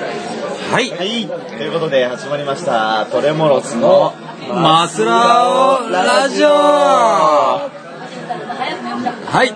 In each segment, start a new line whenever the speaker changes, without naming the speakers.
はい
はい。ということで、始まりました、トレモロスの、
マスラオラジオ
は
はい
い。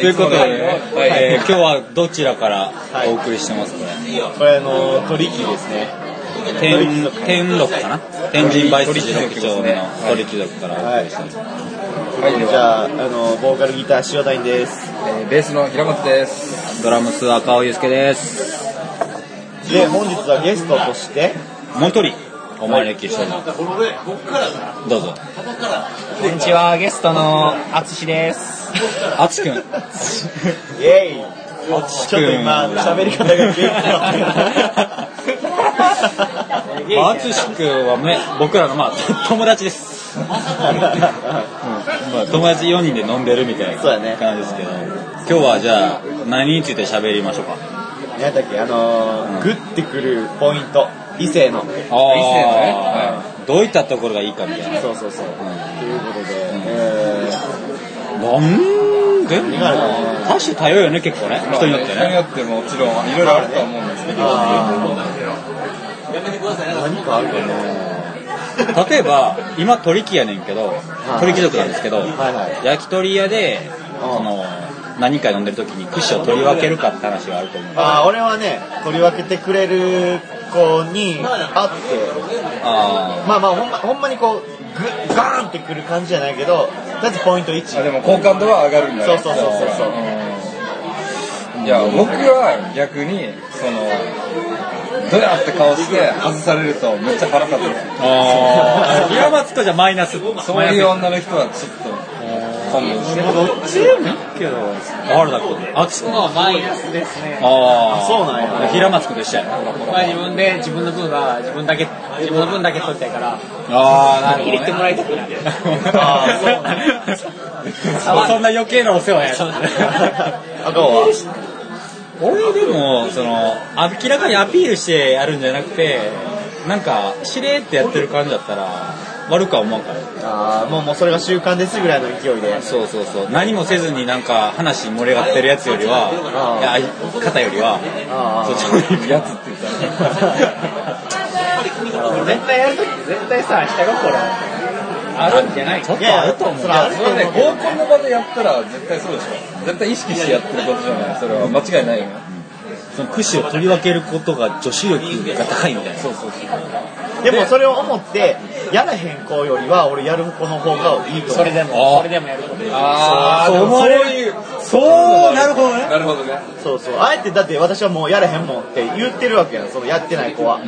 ということで、
はい
えー今日はどちらからお送りしてますか、
これ、あの、鳥木ですね。
天天禄かな天神梅筋六丁目の鳥貴族から、
はい。じゃあ、あの、ボーカルギター、塩谷です。
ベースの平松です。
ドラムス赤尾祐介です
で、本日はゲストとして、
もう一人お招きしております、どうぞ
こんにちは、ゲストのあつしです。
あつくん
イエーイちょっと今、喋り方が元気 だっ
まあ、淳君はめ僕らの、まあ、友達です、
た。
まあ、友達4人で飲んでるみたいな
そうだね
感じですけど、今日はじゃあ何について喋りましょうか
なんだっけ、あの、グッてくるポイント。異性の。
ああ、どういったところがいいかみたいな
そうそうそう。ということで、え
なんでも
な
多種多様よね結構ね人によって
人に
ね
よってもちろんいろいろあるとは思うんですけ
ー、
ど、
あー何かあるかな
例えば今鳥貴やねんけど
い
鳥貴族なんですけど、
はいはい
焼き鳥屋で
うん
その何か飲んでる時に串を取り分けるかって話があると思う
あー俺はね取り分けてくれる子に会って
あ
まあまあほんまほんまにこうグガーンってくる感じじゃないけどとりあえずポイント
あで
1
も好感度は上がるんだね
そうそうそうそうそう
うんいや、僕は逆に、その、ドヤって顔して外されるとめっちゃ腹立つんですよ
ーあー平松とじゃマイナス
そういう女の人はちょっと勘弁して。
どっちやねん
けど、あれだっけあつくんはマイナスですね。ああ、
そうなんや
平松くんと一緒やな。
まあ自分で自分の分は自分だけ自分の分だけ取りたいから
ああ、なる
入れてもらいたくない。
あーそう
そんな余計なお世話や。
あかんわ
俺でも、その、明らかにアピールしてやるんじゃなくて、なんか、しれーってやってる感じだったら、悪くは思わんから。
あーもうもうそれが習慣ですぐらいの勢いで
そうそうそう。何もせずになんか話盛り上がってるやつよりは、
あ
いや方よりは、
あ
そっちの方にやつって言った
絶対やるとき絶対さ下心あるんじゃない
ちょっ
いやい
と
や
あると思う
そ
け
れ
ど。
ある
それね、合コンの場でやったら絶対そうでしょ。絶対意識してやってることじゃない。それは間違いないよ。
その串を取り分けることが女子力が高いみたいな。
そうそうそう。
でもそれを思ってやらへん子よりは俺やる子の方がいいと思う
それでも
あー
それでもやること
あ
そう
ー、でもそういう。
そう、なるほどね。
なるほどね。
そうそうあえてだって私はもうやらへんもんって言ってるわけやんそのやってない子は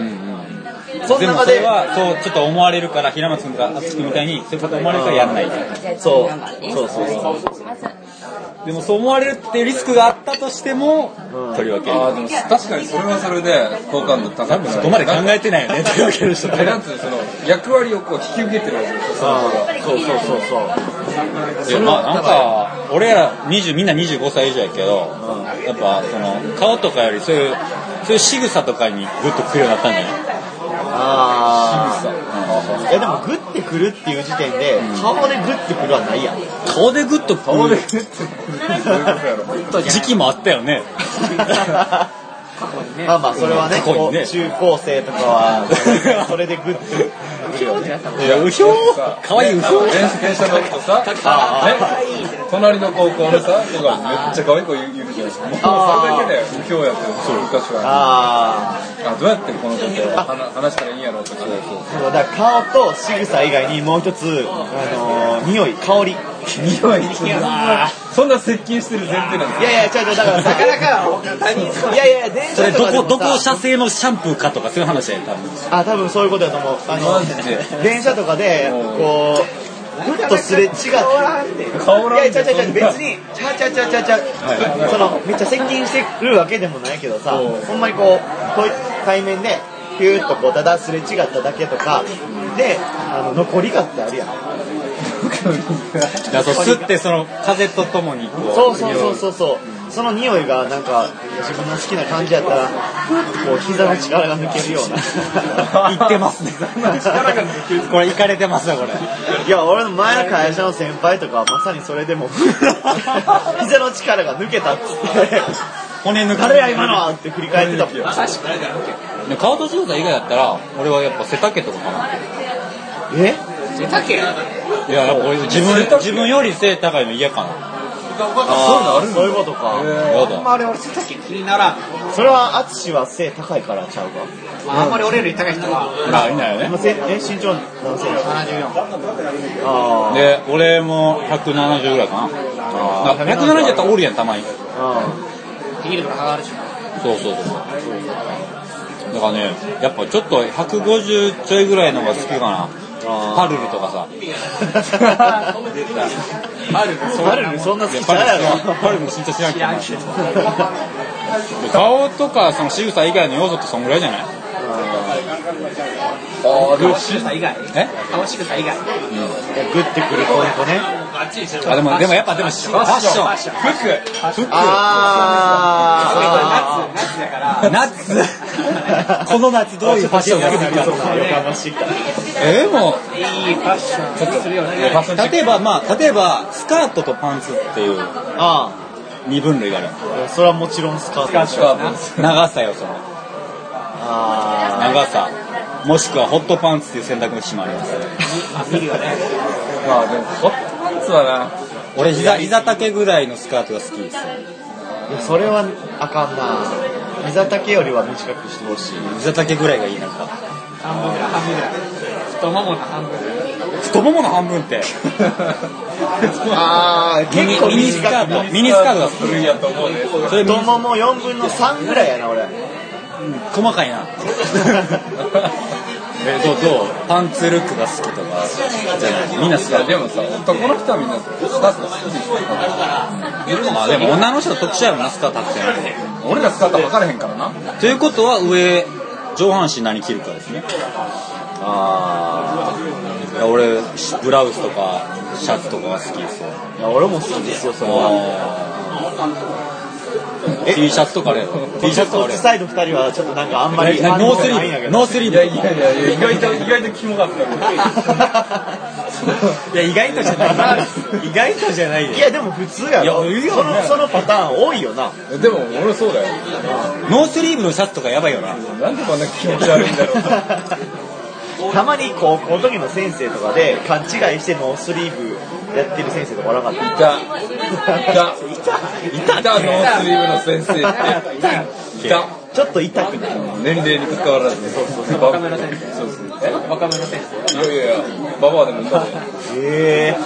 その
でも
中
それ
で
は、そう、ちょっと思われるから、平松君が敦君みたいに、そういうこと思われるからやらない。
そうそうそうそう
でもそう思われるっていうリスクがあったとしても、取り分ける
あ。あ、でも確かにそれはそれで好感度高くなる。
そこまで考えてないよね、取り分ける人って
えなんつうのその役割をこう引き受けてるわけでしょその人が
そうそうそうそう
いやまあなんか、俺ら20、みんな25歳以上やけど、やっぱその、顔とかよりそういう、そういう仕草とかにグッとくるようになったんじゃない
ああいやでもグッてくるっていう時点で顔でグッてくるはないやん
顔でグッとくる
そういうことやろ
時期もあったよね。
まあまあそれはね
過去に
こ
ね
う中高生とかはそれでグッてくるよね
いや、うひょーかわいいうひょー
電車電車乗るとさね隣の高校のさ子がめっちゃ可愛い子いるじゃないですかもうそれだけで不評やってる昔は
あ
あどうやってこの子と話話したらいいんやろうとか
あそうだから顔と仕草以外にもう一つあのー、匂い香り
匂いそんなそんな接近してる前提なん
い
で
やいや違う違うだからなかなか他人いやいや電
そ
車
れ
と
ど
かで
こ、どこ
もさ
社製のシャンプーかとかそういう話やね、多分。
あ多分そういうことだと思うあの
マジで
電車とかでこうぐっとすれ違って
す顔
い
な
や、
ん
ちゃ
て
うちゃうちゃ
そ
う
な
ん別に、ちゃうちゃうちゃうちゃうちゃう、その、めっちゃ接近してくるわけでもないけどさ、ほんまにこう、こう対面で、ピューっとこう、ただすれ違っただけとか、で、あの、残りがってあるやん。
だからそう吸ってその風とともにこう
そうそうそうそうそう。その匂いがなんか、自分の好きな感じやったら、ふっとこう、膝の力が抜けるよ うな。
言ってますね力が抜け るこれいかれてますよこれ
いや、俺の前の会社の 先輩とかはまさにそれでも、膝の力が抜けたっつって、
骨抜き
誰や今のはって振り返ってたもん。
まさしく。
で顔と仕草以外だったら俺はやっぱ背丈とかかな
え
背丈
いややっぱ俺自
背
分
丈
自分より背高いの嫌かな
あそう
そう
い
い
うのある
うことか。
や
あん
だ
まり俺背丈気にならん。
それは、アツシは背高いからちゃうか。
まああんまり俺より高い人が。
まあいないよね
今せえ、身長何センチ
74。
あー
で俺も170ぐらいかな
あ
あ
ー。
170やったらおるやんたまに
う
できるから上がるし。
そうそうそうそうだからねやっぱちょっと150ちょいぐらいのが好きかなパルルとかさ
ある
ん。ハルルそんな好きちゃうやろ。
パルルの身長知らんけどな顔とかその仕草以外の要素ってそんぐらいじゃない
あーでも
顔しぐさ以外。
え
顔しぐさ以外。
グッてくるポイントね。
あでもでもやっぱでもファッシ
ファッ
ョ
ション。
服
あ
夏、夏だから。
ンナッツ この夏どういうファッションが出てくるか
ー。やかましいから。
えー、もう
いいファッションするよね。
例えばまあ例えばスカートとパンツっていう
あ
二分類がある
あ。それはもちろんスカートでしょ。
長さよその
あ
長さもしくはホットパンツっていう選択肢もあります
見るよね。
まあでもホッツは
俺膝膝丈ぐらいのスカートが好きです
あ。いや、それはあかんな。膝丈よりは短くしてほしい。
膝丈ぐらいがいいなんか
半分ぐらい、半分ぐらい。太ももの半分ぐらい。
太ももの半分って
ああ、
ミニ
結構
ミニスカ
短く。
ートミ
な
ニスカートが好
古いやと思うね
きそれ
太もも4分の3ぐらいやな、俺。
細かいなえどうどうパンツルックが好きとかじゃないみんな好き
い
だ
やでもさ男の人はみんなスカート好きでしょ
まあでも女の人は特殊やもんなスカート履くって
俺らスカート分かれへんからな
ということは上上半身何着るかですねああ俺ブラウスとかシャツとかが好きですよ
いや、俺も好きですよ、それは。え
T シャツとかあれやろ T シャツとかあ
こっ
れ
ち
や
サイド2人はちょっとなんかあんまり
ろなノースリ
反応ないんや
ー
け
ブ
ど
ノースリ
いやい
ーブ
やいやいや意外と意外とキモかった
いや意外とじゃない意外とじゃない
い
で
やでも普通やろ
いやいいよ
そのそのパターン多いよ な
けどでも俺そうだよ
ノースリーブのシャツとかやばいよな
なんでこんな気持ち悪いんだろう
たまに高校の時の先生とかで勘違いしてノースリーブやってる先生とかおらなかった
たいた いたノースリーブの先生っていた
ちょっと痛くなる
年齢に関わらずねそうそうそう
若めの先生
そうそうえ
若めの先生。
いやいやいやババアでもいたで
へえ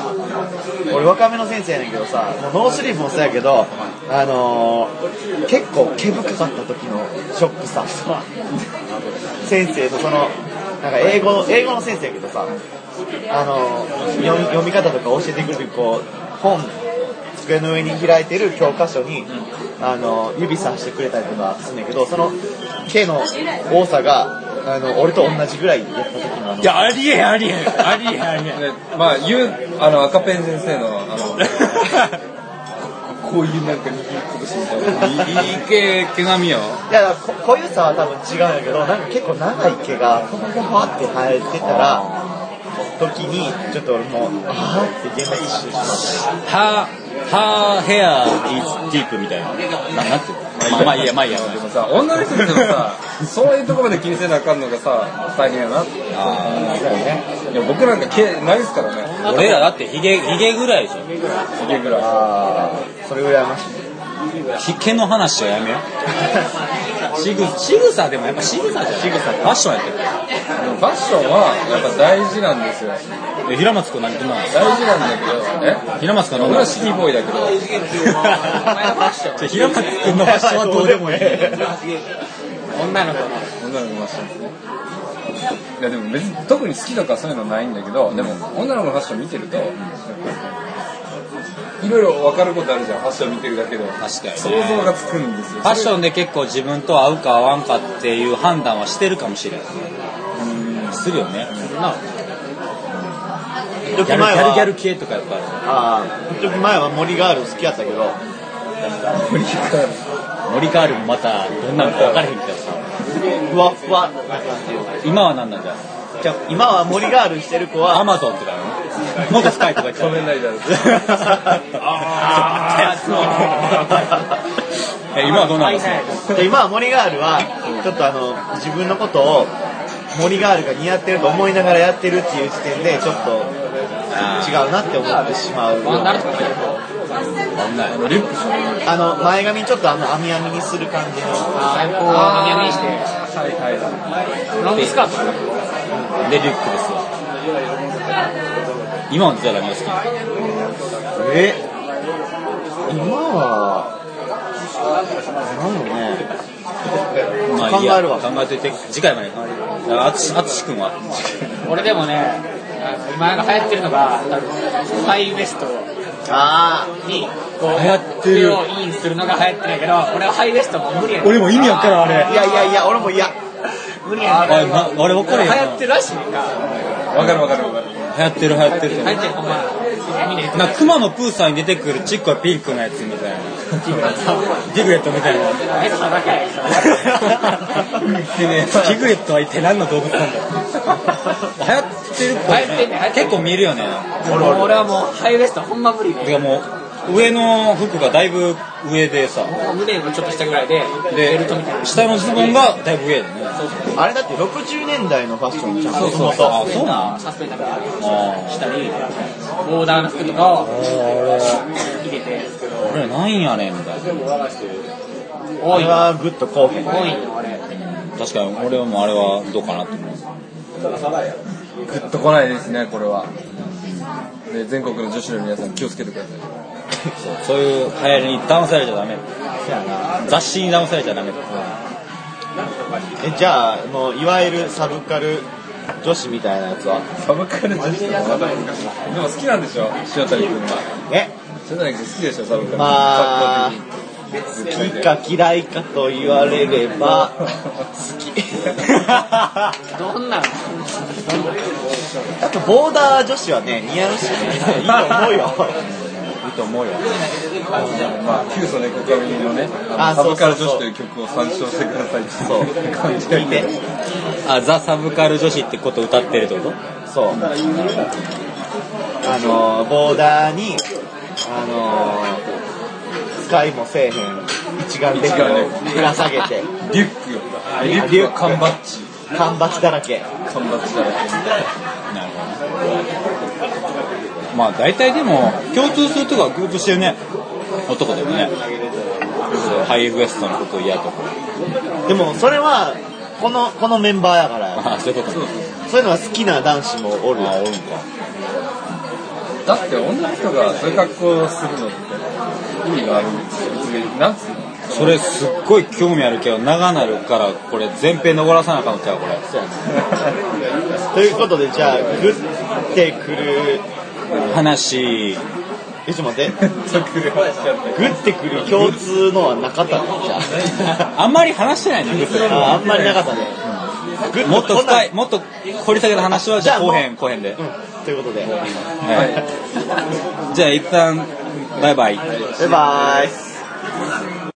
俺若めの先生やねんけどさもうノースリーブもそうやけどあのー、結構毛深かった時のショックさ先生とそのなんか英語の英語の先生やけどさあのー、読み読み方とか教えてくる時こう本机の上に開いてる教科書に、あのー指さしてくれたりとかするんだけどその毛の多さがあの俺と同じぐらいやった時のあの
いやありえんありえんありえんありえん
ねまあ言うあの赤ペン先生の あのこういうなんか握り拳みたいない
い毛毛並みよ
いやだからここういうさは多分違うんだけどなんか結構長い毛がふわふわって生えてたら時にちょっと俺もうあーって現場一周しまし
ハー、ハーヘアディープディープみたいな。ななんていうのまあまあいいや、まあいいや。
でもさ女の人でもさそういうところまで気にせなあかんのがさ大変やな
あ
たよね
いや僕なんか毛ないですからね
ー俺らだってヒゲ、ヒゲぐらいじゃん。
ひげぐらい
あーそれ羨ましい
ヒゲの話はやめよう。しぐ、しぐさでもやっぱしぐさじゃん。しぐさ。ファッションやって
でもファッションはやっぱ大事なんですよ
る。え、平松くん何となんです
大事なんだけどね
平松くんの
俺はシティボーイだけど
じゃあ平松く んのファッションはどうでもいい。
女の子の。
女の子のファッションですねいやでも別に特に好きとかそういうのないんだけど、でも女の子のファッション見てると、いろいろ分かることあるじゃんファッション見てるだけで
確かにね
想像がつくんですよ
ファッションで結構自分と合うか合わんかっていう判断はしてるかもしれない。するよね。
一
ギャ
時前
ルギャルギャル
は
系とかやっぱり。
あー一時前は森ガール好きやったけど
無理か
森カールもまたどんなのか分からへんけどさ
ふわっふわな感じよ
今は何なんだよ
じゃあ今は森ガールしてる子
ア
は
マゾンとかよもっと深いとか言ってた
仮面ライダーです
あえ今はどうなんですか
で今は森ガールはちょっとあの自分のことを森ガールが似合ってると思いながらやってるっていう時点でちょっと違うなって思ってしまう
あのリュックしょ
あの前髪ちょっとあの網網にする感じの
最高はにして
はいはいは
ロングスカート
でリュックですわ今は実は何が好き
え今はなんだろうね
ま
考えるわ
いいや考えといて次回まで考えるあつしあつし君は
俺でもねあの今が流行ってるのがあのハイウエスト
ああ
にこう
流行ってる
手をインするのが流行ってるんやけど俺はハイウエストも無理やねん
も意味わからんあれ
いやいやいや俺もいや
無理やねん
あなあれ分かる
流
やん
行ってるらしいねんか
いわかるわかるわかる
流行ってる流行ってる
流行ってるほんま見ね
なんか熊のプーさんに出てくるちっこいピンクのやつみたいなディグレットみたいな
えそだけ
でね、ピグレットは一体何の動物なんだよ流行ってるっぽい
流行っ
ね
てんね流行ってんね
結構見えるよね
俺はもうハイウエストほんま無理
て
で
かもう上の服がだいぶ上でさ
もう胸のちょっと下ぐらいでベ
で
ルトみたいな
下のズボンがだいぶ上だね
あれだって60年代のファッションじゃん
そうそう
元々
あそうなの
サスペンダーが
あ
したりボーダーの服とかを入れて
あ俺なんやねんみたいな
多
あ
い
れ
よ
はグッとこうへんグ
多いよ俺
確かに俺はもうあれはどうかなと思う
グッとこないですねこれはで全国の女子の皆さん気をつけてください
そうそういう流行りに騙されちゃダメ雑誌に騙されちゃダメ
えじゃあもういわゆるサブカル女子みたいなやつは
サブカル女子とかわかんないでも好きなんでしょ塩谷君は
え
塩谷君好きでしょサブカル
まあ
格好
好きか嫌いかと言われれば好きあ
どんなの
とボーダー女子はね似合うしねいいと思うよ
いいと思うよ
的にまあ旧ソネコカミのね
あ
サ
そ
ブ
うそ
カ
う
ル
そう
女子という曲を参照してくださいって
そう
感じ
聞いて
あザ・サブカル女子ってこと歌ってるってこと
そうあのボーダーにあの使いもせえへん一眼レフをぶら下げて
リュックよリュックは缶バッジ
缶バッジだらけ
缶バッジだら
なるほどまあ大体でも共通するとこはグループしてるね男でもねそうハイウエストのこと嫌とか
でもそれはこのこのメンバーやからや
ああそういうことね
そういうのが好きな男子もおる
ああおるんか
けだって女の人がそういう格好をするのって意味があるなんつうの
それすっごい興味あるけど長なるからこれ全編登らさなあかんのちゃうこれ
ということでじゃあグってくる
話
えちょっと待って
あ
グってくる共通のはなかったのじゃ
あんまり話してないね グッズ
ああんまりなかったねグッ
もっと
こんな
深いもっと掘り下げた話はじゃあ
じゃあ
後
もう
編後編で、
うんということで
はい、じゃあ一旦バイバイ
バイバーイ